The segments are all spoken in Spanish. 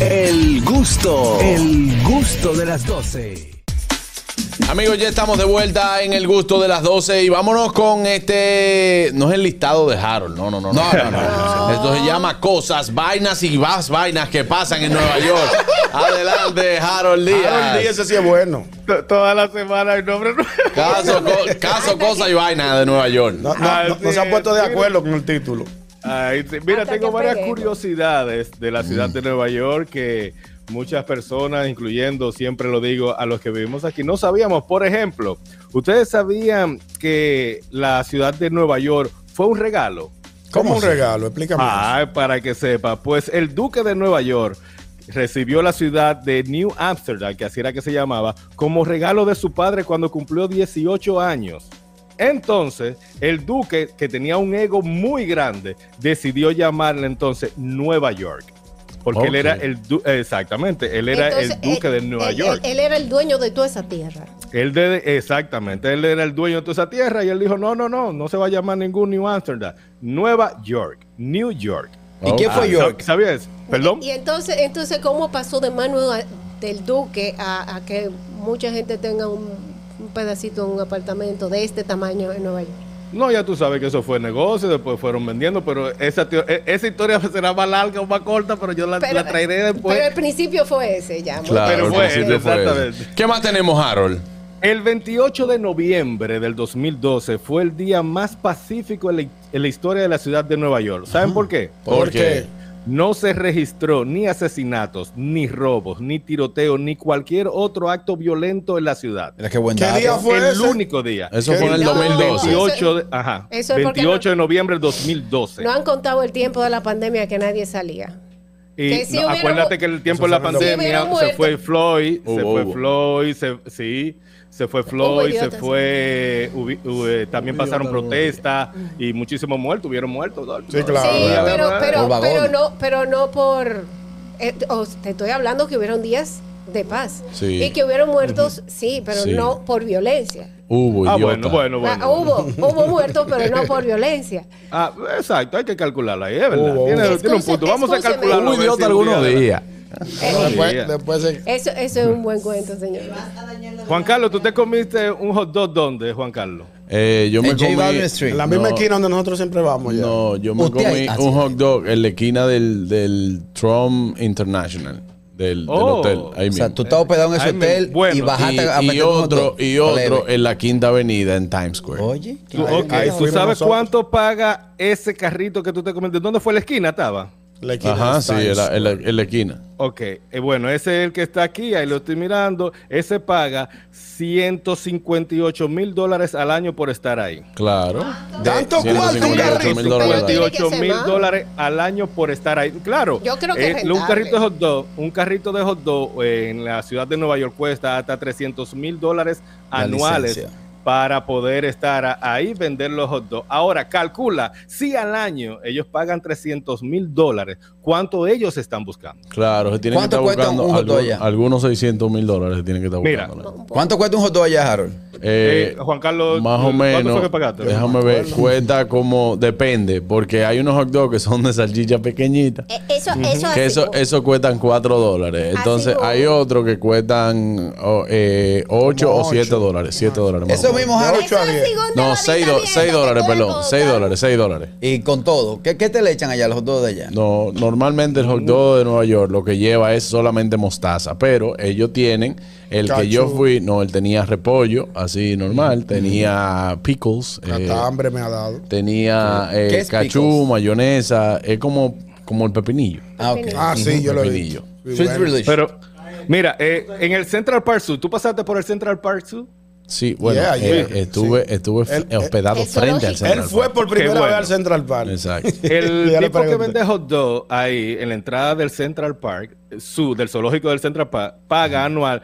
El gusto, el gusto de las 12. Amigos, ya estamos de vuelta en el gusto de las 12 y vámonos con este. No es el listado de Harold, no, no, no. No, no, no. Esto se llama cosas, vainas y más vainas que pasan en Nueva York. Adelante, Harold Díaz. Harold Díaz, ese sí es bueno. To- Toda la semana el nombre nuevo. Caso, co- caso, cosa y vaina de Nueva York. No, no- Así no- no se han puesto de es, acuerdo con el título. Ay, sí. Mira, Hasta tengo que varias peguemos. curiosidades de la Mm. ciudad de Nueva York que muchas personas, incluyendo, siempre lo digo, a los que vivimos aquí, no sabíamos. Por ejemplo, ¿ustedes sabían que la ciudad de Nueva York fue un regalo? Como un regalo, explícame. eso. Ah, para que sepa, pues el duque de Nueva York recibió la ciudad de New Amsterdam, que así era que se llamaba, como regalo de su padre cuando cumplió 18 años. Entonces, el duque, que tenía un ego muy grande, decidió llamarle entonces Nueva York. Porque él era Ok. el du- eh, exactamente, él era Entonces, eh, el duque él- de Nueva él- York. Él, él era el dueño de toda esa tierra. Él de, exactamente, él era el dueño de toda esa tierra y él dijo, no, no, no, no se va a llamar ningún New Amsterdam, Nueva York, New York. ¿Y quién fue Ah, York? ¿Sabías? Perdón. Y entonces, entonces ¿cómo pasó de mano a- del duque a, a que mucha gente tenga un, un pedacito, un apartamento de este tamaño en Nueva York? No, ya tú sabes que eso fue negocio, después fueron vendiendo, pero esa, teo- e- esa historia será más larga o más corta, pero yo la, pues- la traeré después. Pero el principio fue ese, ya. muy Claro, Pero al bien. fue, principio fue eso. exactamente. ¿Qué más tenemos, Harold? El 28 de noviembre del 2012 fue el día más pacífico en la, en la historia de la ciudad de Nueva York. ¿Saben por qué? ¿Por qué? No se registró ni asesinatos, ni robos, ni tiroteo, ni cualquier otro acto violento en la ciudad. Mira qué buen ¿Qué dato. día fue el ese? único día. Ah, Eso fue en el No, 2012. 28 de, ajá, Eso es porque 28 no- de noviembre del 2012. No han contado el tiempo de la pandemia que nadie salía. Y Que si no, hubiera acuérdate mu- que en el tiempo de Eso la fue en el dos- pandemia Si hubiera se fue Floyd, se Hubo, fue hubo. Floyd, se, sí, se fue Floyd, se idiotas. fue, hubi- hube- también pasaron protestas y muchísimos muertos, hubieron muertos. ¿no? Sí, claro. Sí, Claro. pero, pero, Por vagón. pero no, pero no por. eh, o- te estoy hablando que hubieron días de paz. Sí. Y que hubieron muertos, sí, pero Sí. no por violencia. Hubo, Ah, idiota. bueno, bueno, bueno. Ah, hubo, hubo muertos, pero no por violencia. Ah, exacto, hay que calcularla ahí, es verdad. Hubo, tiene, hubo. tiene un punto. Vamos a Excúseme. calcularlo. Hubo a ver idiota si un día algunos de la- días. Eh, Después, Sí. después se- eso, eso es un buen cuento, señor. Juan Carlos, ¿tú te comiste un hot dog dónde, Juan Carlos? Eh, yo me En J Balvin comí. Street. en la misma No. esquina donde nosotros siempre vamos ya. No, yo me Usted comí ahí- ah, un sí. hot dog en la esquina del, del Trump International, del, del Oh. hotel. Ahí O sea, tú mismo. estabas hospedado en ese Ay, me- hotel y bueno, Y, bajaste a y meterte un hot otro, dog. y otro Leve. en la Quinta Avenida en Times Square. Oye, Tú, claro. ok, ahí ¿tú fuimos sabes nosotros. cuánto paga ese carrito que tú te comiste? ¿Dónde fue la esquina, estaba? La esquina Ajá, de sí, Times en la, en la- Square. en la esquina. Ok, eh, bueno, ese es el que está aquí, ahí lo estoy mirando. Ese paga 158 mil dólares al año por estar ahí. Claro. ¿Tanto cuarto un 158 mil carrito? dólares. Pero tiene que 158 ser mil más. dólares al año por estar ahí. Claro, eh, Yo creo que es un rentable. carrito de hot dog, un carrito de hot dog eh, en la ciudad de Nueva York cuesta hasta 300 mil dólares La anuales licencia. para poder estar a- ahí vender los hot dogs. Ahora, calcula, si al año ellos pagan 300 mil dólares, ¿cuánto ellos están buscando? Claro, se tienen que ¿Cuánto estar cuesta un buscando hot dog algún- allá? algunos 600 mil dólares. Se tienen que estar Mira. buscando. ¿no? ¿Cuánto cuesta un hot dog allá, Harold? Eh, Eh, Juan Carlos, más o ¿cuánto fue menos. que pagaste? Déjame ver. Cuesta como. Depende, porque hay unos hot dogs que son de salchicha pequeñita. Eh, Eso, eso, Que así, eso, ¿no? eso cuestan 4 dólares. Así Entonces no. hay otros que cuestan 8 Como o 7 ocho. dólares. 7 dólares más. o Eso menos. mismo, De Harold. ocho a diez. según de la No, 6 vida abierta, que dólares, tú le perdón. contas. 6 dólares, 6 dólares. Y con todo. ¿Qué, qué te le echan allá los hot dogs de allá? No, normalmente el hot dog de Nueva York lo que lleva es solamente mostaza, pero ellos tienen, el que yo Cacho. fui, no, él tenía repollo, así Mm. normal, tenía pickles, eh, Hasta hambre me ha dado. tenía eh, ¿Qué es cachú, pickles? mayonesa, es como, como el pepinillo. Ah, Eh, ok. Ah, sí, yo lo he Pepinillo. visto. Sí, Sweet bueno. Relish. Pero, mira, eh, en el Central Park Sur, ¿tú pasaste por el Central Park Sur? Sí, bueno, Yeah, eh, yeah, estuve, estuve f- El- el- hospedado el frente al zoológico. Central Él fue por Qué primera vez bueno. al Central Park. Park. Exacto. El Ya le tipo que pregunté. vende hot dog ahí en la entrada del Central Park, eh, su, del zoológico del Central Park, paga anual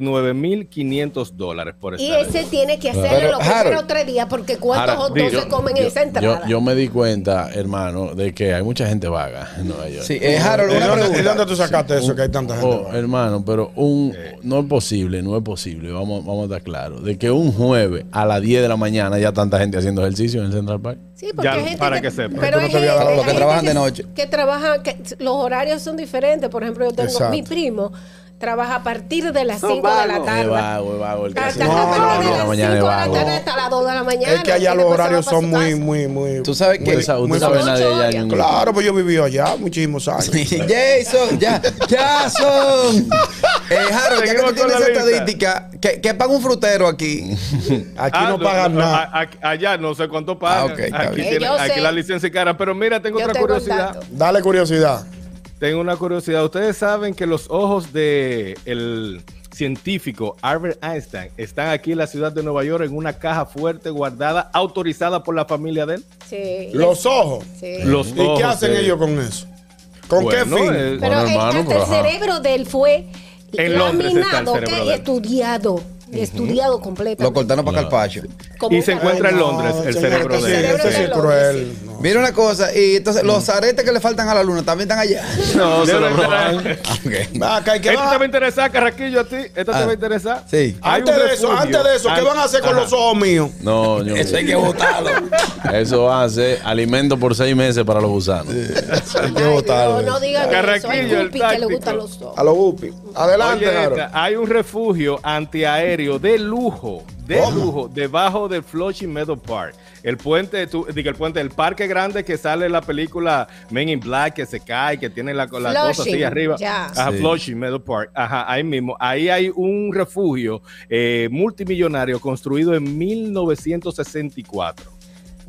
289.500 dólares por Y estar ahí. ese tiene que hacerlo Pero, los primeros Harold, tres días, porque ¿cuántos Harold, hot dogs digo, se comen en esa Yo, entrada? yo me di cuenta, hermano, de que hay mucha gente vaga en Nueva York. Sí, eh, Harold, ¿De una dónde, de pregunta. dónde tú sacaste eso que hay tanta gente? Oh, hermano, pero un no es posible, no es posible. Vamos, vamos a está claro. De que un jueves a las 10 de la mañana ya tanta gente haciendo ejercicio en el Central Park. Sí, porque Ya, hay gente para que sepa. Esto Pero no hay te había gente- dado, los hay que gente trabajan de noche. Que trabajan, que los horarios son diferentes. Por ejemplo, yo tengo Exacto. mi primo trabaja a partir de las Son 5 de la vagos. Es tarde. vago, es vago. El que Hasta- hace hasta ejercicio a las 10 de la partir de mañana las es 5 de la tarde vago. hasta las 2 de la mañana. Es que allá Tiene los pasar horarios para su son muy, casa. muy, muy. Tú sabes que. Usted sabe, usted muy sabe famoso. nada de ella. Ocho ni- Claro, pues yo viví allá muchísimos años. Jason, ya, Jason. Eh, Harold, ya que tú Seguimos con tienes la esa lista. estadística, ¿qué, qué paga un frutero aquí? Aquí no Ah, no, pagan no, nada. a- a- allá no sé cuánto pagan. Ah, ok, está aquí bien. tiene- Eh, yo aquí sé. la licencia es cara. Pero mira, tengo Yo otra tengo el curiosidad. dato. Dale curiosidad. Tengo una curiosidad. Ustedes saben que los ojos de el científico Albert Einstein están aquí en la ciudad de Nueva York en una caja fuerte guardada, autorizada por la familia de él. Sí. Los ojos. Sí. Los ¿Y qué hacen de- ellos con eso? ¿Con Bueno, qué fin? eh, Pero Bueno, el- hermano, hasta pero el ajá. cerebro de él fue En Londres está el laminado, cerebro ok, de él. estudiado. Estudiado Lo completamente. cortaron para Carpacho. como Y se un- encuentra en Londres el señor, cerebro ese- de él. El ese es cerebro de él, cruel. no. Mira una cosa, y entonces los aretes que le faltan a la luna también están allá. Ah, No, se lo Debe roban. entrar. Ok. Va, acá hay que Esto va. te va a interesar, Carraquillo, a ti. Esto te Ah, va a interesar. sí. Hay un Antes de eso, refugio. antes de eso, ¿qué An- van a hacer con Ajá. los ojos míos? No, yo- Eso hay que botarlo. eso hace alimento por seis meses para los gusanos. Hay que Ay, votarlo. no, no digan eso. Hay Carraquillo, el Ah, guppies que le táctico. gustan los ojos. A los UPI. Adelante, Oye, Harold. esta, hay un refugio antiaéreo de lujo, de lujo, debajo del Flushing Meadow Park. El puente, tú- digo, el puente, el parque grande que sale en la película Men in Black, que se cae, que tiene la, la cosa así Flushing, arriba. ya. Ajá, Sí. Flushing Meadow Park. Ajá, ahí mismo. Ahí hay un refugio eh, multimillonario construido en 1964.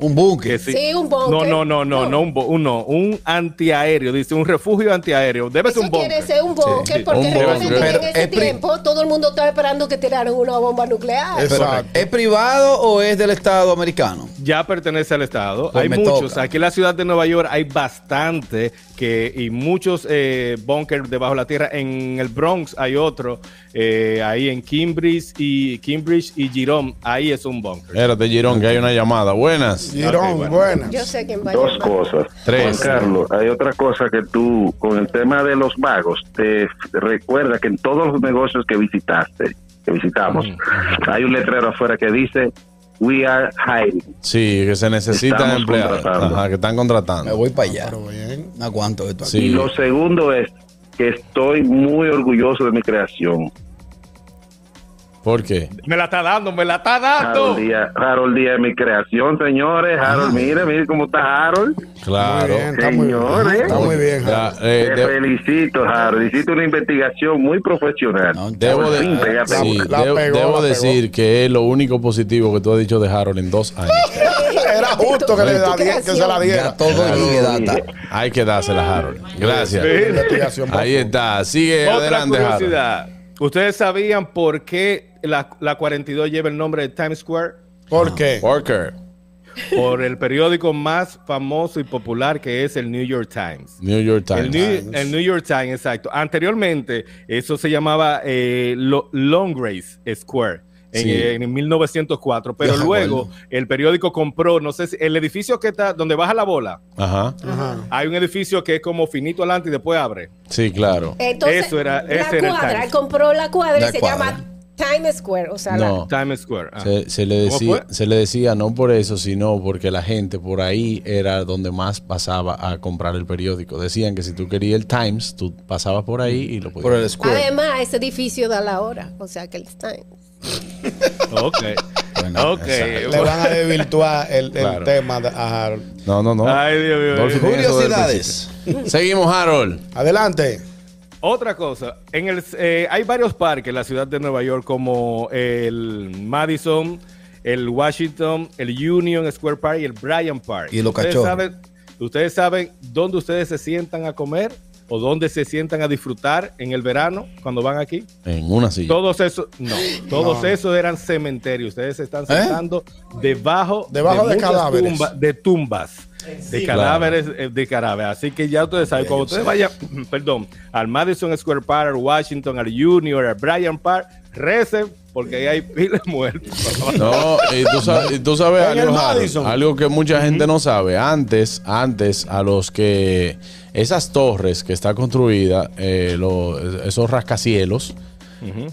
Un buque. Que sí. Sí, un búnker. No, no, no, no, No. no, un, bo- un, no, un antiaéreo, dice, un refugio antiaéreo. Debe ser Eso un bomber. quiere ser un bunker Sí. porque Un realmente búnker. en Pero ese es pri- tiempo todo el mundo estaba esperando que tiraran una bomba nuclear. Exacto. ¿Es privado o es del Estado americano? ya pertenece al Estado. Pues hay me muchos. toca. Aquí en la ciudad de Nueva York hay bastante que, y muchos eh, bunkers debajo de la tierra. En el Bronx hay otro. eh, ahí en Cambridge y Cambridge y Jerome. Ahí es un bunker. Espérate, Girón, que hay una llamada. Buenas. Girón, Ok, bueno. buenas. Yo sé quién va a Dos llamar. cosas. Tres. Juan Carlos, hay otra cosa que tú, con el tema de los vagos, te f- Este, recuerda que en todos los negocios que visitaste, que visitamos, hay un letrero afuera que dice, We are hiring. Sí, que se necesitan Estamos empleados. contratando. Ajá, que están Me contratando. voy para allá. Pero bien. No aguanto esto. Sí. aquí. Y lo segundo es que estoy muy orgulloso de mi creación. ¿Por qué? Me la está dando, me la está dando. Harold Díaz, Harold Díaz es mi creación, señores. Ah. Harold, mire, mire cómo está Harold. Claro. Muy bien, está muy bien. Señores. Está muy bien, Ya, Harold. eh, de- Te felicito, Harold. Hiciste una investigación muy profesional. No, ya. debo de- Sí, pégate. sí, La de- pegó, debo la decir que es lo único positivo que tú has dicho de Harold en dos años. Era justo que, le Tu da- que se la creación. diera. Ya todo llegue data. Hay que dársela, Harold. Gracias. Sí. Investigación, por Ahí favor. está. Sigue Otra adelante, Harold. curiosidad. ¿Ustedes sabían por qué la, la 42 lleva el nombre de Times Square? ¿Por qué? Parker. Por el periódico más famoso y popular que es el New York Times. New York El Times. New, el New York Times, exacto. Anteriormente, eso se llamaba eh, Lo- Longgrace Square. En, Sí. en 1904, pero Ya, luego el periódico compró, no sé si el edificio que está donde baja la bola, Ajá. Ajá. hay un edificio que es como finito adelante y después abre. Sí, claro. Entonces, Eso era- ese la era el cuadra, Times. él compró la cuadra La y se cuadra. llama Times Square. O sea, No. Times Square. ah. Se, se le ¿Cómo decía, fue? se le decía no por eso, sino porque la gente por ahí era donde más pasaba a comprar el periódico. Decían que si tú querías el Times, tú pasabas por ahí y lo podías. Por el la- square. además, ese edificio da la hora. O sea, que el Times. Ok. Bueno, Ok. Le van a desvirtuar el, el Claro. tema de, a Harold. No, no, no. Ay, Dios mío. Dolphy tiene eso desde el Curiosidades. principio. Seguimos, Harold. Adelante. Otra cosa, en el, eh, hay varios parques en la ciudad de Nueva York como el Madison, el Washington, el Union Square Park y el Bryant Park. Y los ¿Ustedes cachorros. saben, ¿Ustedes saben dónde ustedes se sientan a comer o dónde se sientan a disfrutar en el verano cuando van aquí? En una silla. Todos esos, no, todos esos eran cementerios. Ustedes se están sentando debajo, ¿Eh? Debajo de muchas cadáveres. tumba- de tumbas, de cadáveres, eh, de cadáveres. Así que ya ustedes saben, cuando ustedes vayan, perdón, al Madison Square Park, al Washington, al Junior, al Bryant Park, recen porque ahí hay pilas muertas. No, y tú sabes, y tú sabes En el algo, Harold, Madison. algo que mucha gente no sabe. Antes, antes a los que esas torres que está construida, eh, lo- esos rascacielos,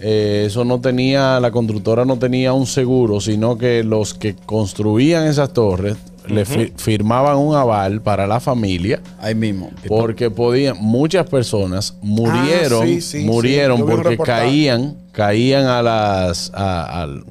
eh, eso no tenía, la constructora no tenía un seguro, sino que los que construían esas torres le fi- firmaban un aval para la familia. Ahí mismo. Porque podían, muchas personas murieron, Ah, sí, sí, murieron sí. Yo vi un porque reportaje. caían, caían a las, a- al,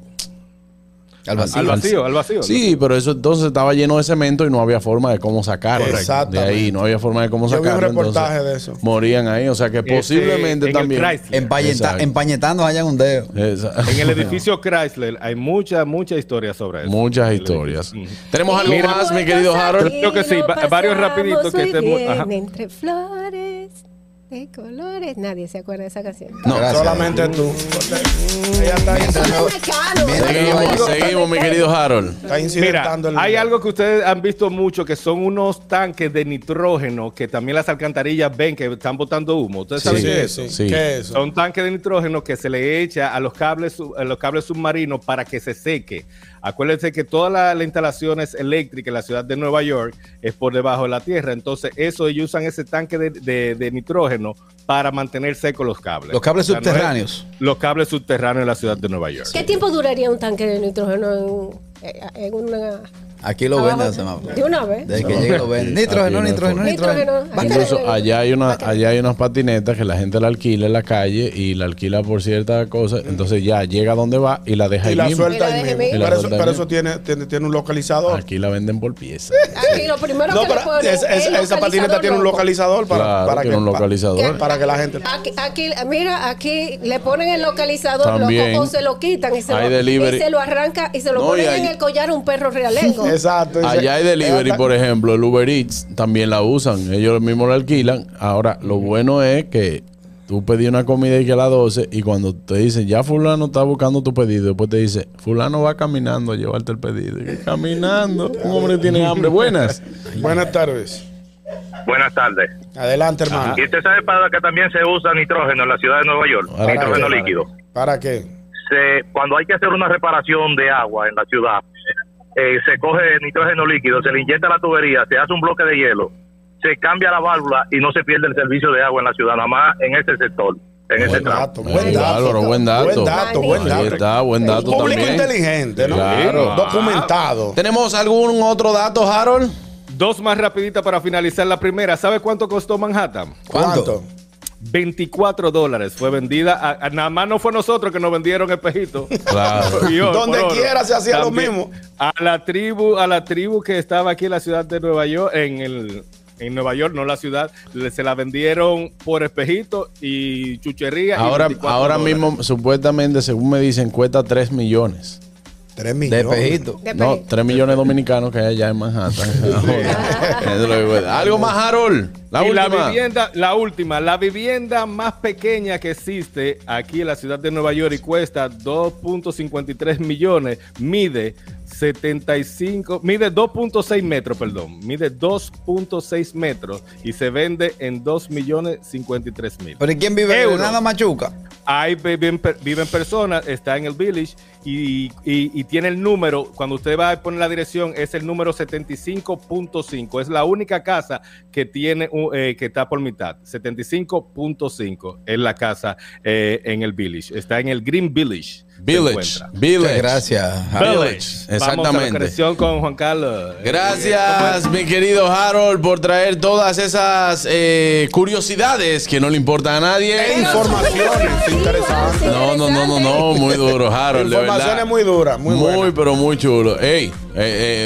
Al vacío. Al vacío, al vacío. Sí, pero eso entonces estaba lleno de cemento y no había forma de cómo sacarlo. De Exactamente. ahí, no había forma de cómo Yo vi un sacarlo. reportaje entonces, de eso. Morían ahí, o sea que Este, posiblemente en el también. Chrysler. Empañeta- Exacto. empañetando allá en un dedo. Esa- En el edificio Chrysler hay mucha, mucha historia sobre eso. muchas historias. Tenemos algo Mira, más, mi querido Harold. Creo que sí, va- varios rapiditos que estemos- ajá. Entre flores de colores. Nadie se acuerda de esa canción. No, Gracias. Solamente tú. Ella está, Mientras no- mientras no seguimos, vaya- seguimos, mi querido Harold. está Mira, incidentando el- hay algo que ustedes han visto mucho que son unos tanques de nitrógeno que también las alcantarillas ven que están botando humo. ¿Ustedes Sí. saben qué ¿Qué es? es eso? Sí. ¿Qué es eso? Son tanques de nitrógeno que se le echa a los cables, su- a los cables submarinos para que se seque. Acuérdense que todas la- las instalaciones eléctricas en la ciudad de Nueva York es por debajo de la tierra. Entonces, eso ellos usan ese tanque de, de- de nitrógeno para mantener secos los cables. Los cables O sea, no es- subterráneos. los cables subterráneos en la ciudad de Nueva York. ¿Qué tiempo duraría un tanque de nitrógeno en, eh, en una. Aquí lo venden, abajo? ese mapa. Ah, De una vez. Desde que llegue lo venden. Sí, Nitrógeno, aquí no hay nitrógeno, forma. nitrógeno. Nitrógeno. Incluso Bácala. allá hay una, Bácala. allá hay unas patinetas que la gente la alquila en la calle y la alquila por cierta cosa. Entonces ya llega a donde va y la deja Y ahí la mismo. suelta ahí Y la mismo. deja ahí. Pero eso, Y la pero suelta eso tiene, tiene, tiene un localizador. Aquí la venden por pieza. Aquí lo primero No, que le pero ponen es- es- es esa patineta localizador tiene un loco. localizador para, Claro, para tiene que un pa- localizador. Para, que la gente. Aquí, aquí, mira, aquí le ponen el localizador También. loco o se lo quitan y se, Hay lo, delivery. y se lo arranca y se lo No, y ponen hay- en el collar a un perro realengo. Exacto. dice- Allá hay delivery, por ejemplo, el Uber Eats también la usan, ellos mismos la alquilan. Ahora, lo bueno es que tú pedí una comida y que a las 12 y cuando te dicen, ya fulano está buscando tu pedido, después te dice, fulano va caminando a llevarte el pedido. Y que, Caminando, un hombre tiene hambre, buenas. Buenas tardes. Buenas tardes. Adelante, Ah. hermano. ¿Y usted sabe para qué también se usa nitrógeno en la ciudad de Nueva York? Para nitrógeno qué, para líquido. ¿Para qué? Se- cuando hay que hacer una reparación de agua en la ciudad, eh, se coge nitrógeno líquido, se le inyecta a la tubería, se hace un bloque de hielo, se cambia la válvula y no se pierde el servicio de agua en la ciudad, nada más en ese sector, en ese tramo. Ahí, Álvaro, buen dato. Buen dato, buen Ahí dato. está, buen dato Público también. inteligente, ¿no? Claro. Documentado. ¿Tenemos algún otro dato, Harold? Dos más rapiditas para finalizar la primera. ¿Sabe cuánto costó Manhattan? ¿Cuánto? 24 dólares fue vendida. a- a- nada más no fue nosotros que nos vendieron el pejito. Claro. Y oro, Donde por oro. quiera se hacía lo mismo. A la tribu, a la tribu que estaba aquí en la ciudad de Nueva York, en el en Nueva York, no la ciudad, le- se la vendieron por espejito y chuchería. y Ahora, 24 ahora dólares. mismo, supuestamente, según me dicen, cuesta 3 millones. Tres De millones. pejito. De No, pelín. 3 millones de dominicanos que hay allá en Manhattan. Ahora, eso es lo que puede. Algo más, Harold. La y la última. vivienda, la última, la vivienda más pequeña que existe aquí en la ciudad de Nueva York y cuesta 2.53 millones, mide 75, mide 2.6 metros, perdón, mide 2.6 metros y se vende en 2 millones 53 mil. Pero ¿y quién vive Euro. en nada machuca? Ahí viven, viven personas, está en el village y, y- y tiene el número, cuando usted va a poner la dirección, es el número 75.5. Es la única casa que tiene, un- eh, que está por mitad. 75.5 es la casa eh, en el village. Está en el Green Village. se Village. encuentra. Village. Muchas gracias. Javier. Village. Vamos a la Exactamente. conexión con Juan Carlos. Gracias, mi querido Harold, por traer todas esas eh, curiosidades que no le importan a nadie. Pero son muy informaciones creativas, interesantes. No, no, no, no, no, muy duro, Harold. de Informaciones verdad. muy duras, muy, Muy, buenas. pero muy chulo. Ey, eh,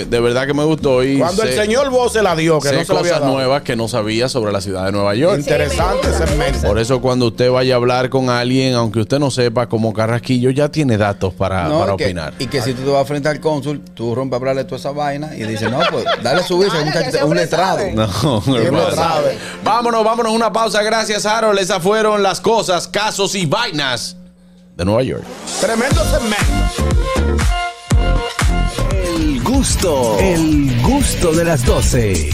eh, de verdad que me gustó. Y Cuando el sé- señor vos se la dio, que sé no se la había cosas dado. nuevas que no sabía sobre la ciudad de Nueva York. Interesante Sí, me gusta, segmento. Por eso cuando usted vaya a hablar con alguien, aunque usted no sepa, como Carrasquillo ya tiene datos para, No, para y que- opinar. Y que si tú te vas frente al cónsul, tú rompes a hablarle toda esa vaina y dices, no, pues dale su visa, Dale, un, que tet- ese un hombre letrado. sabe. No, lo hermano. sabe. Vámonos, vámonos, una pausa. Gracias, Harold. Esas fueron las cosas, casos y vainas de Nueva York. Tremendo segmento. El gusto, el gusto de las 12.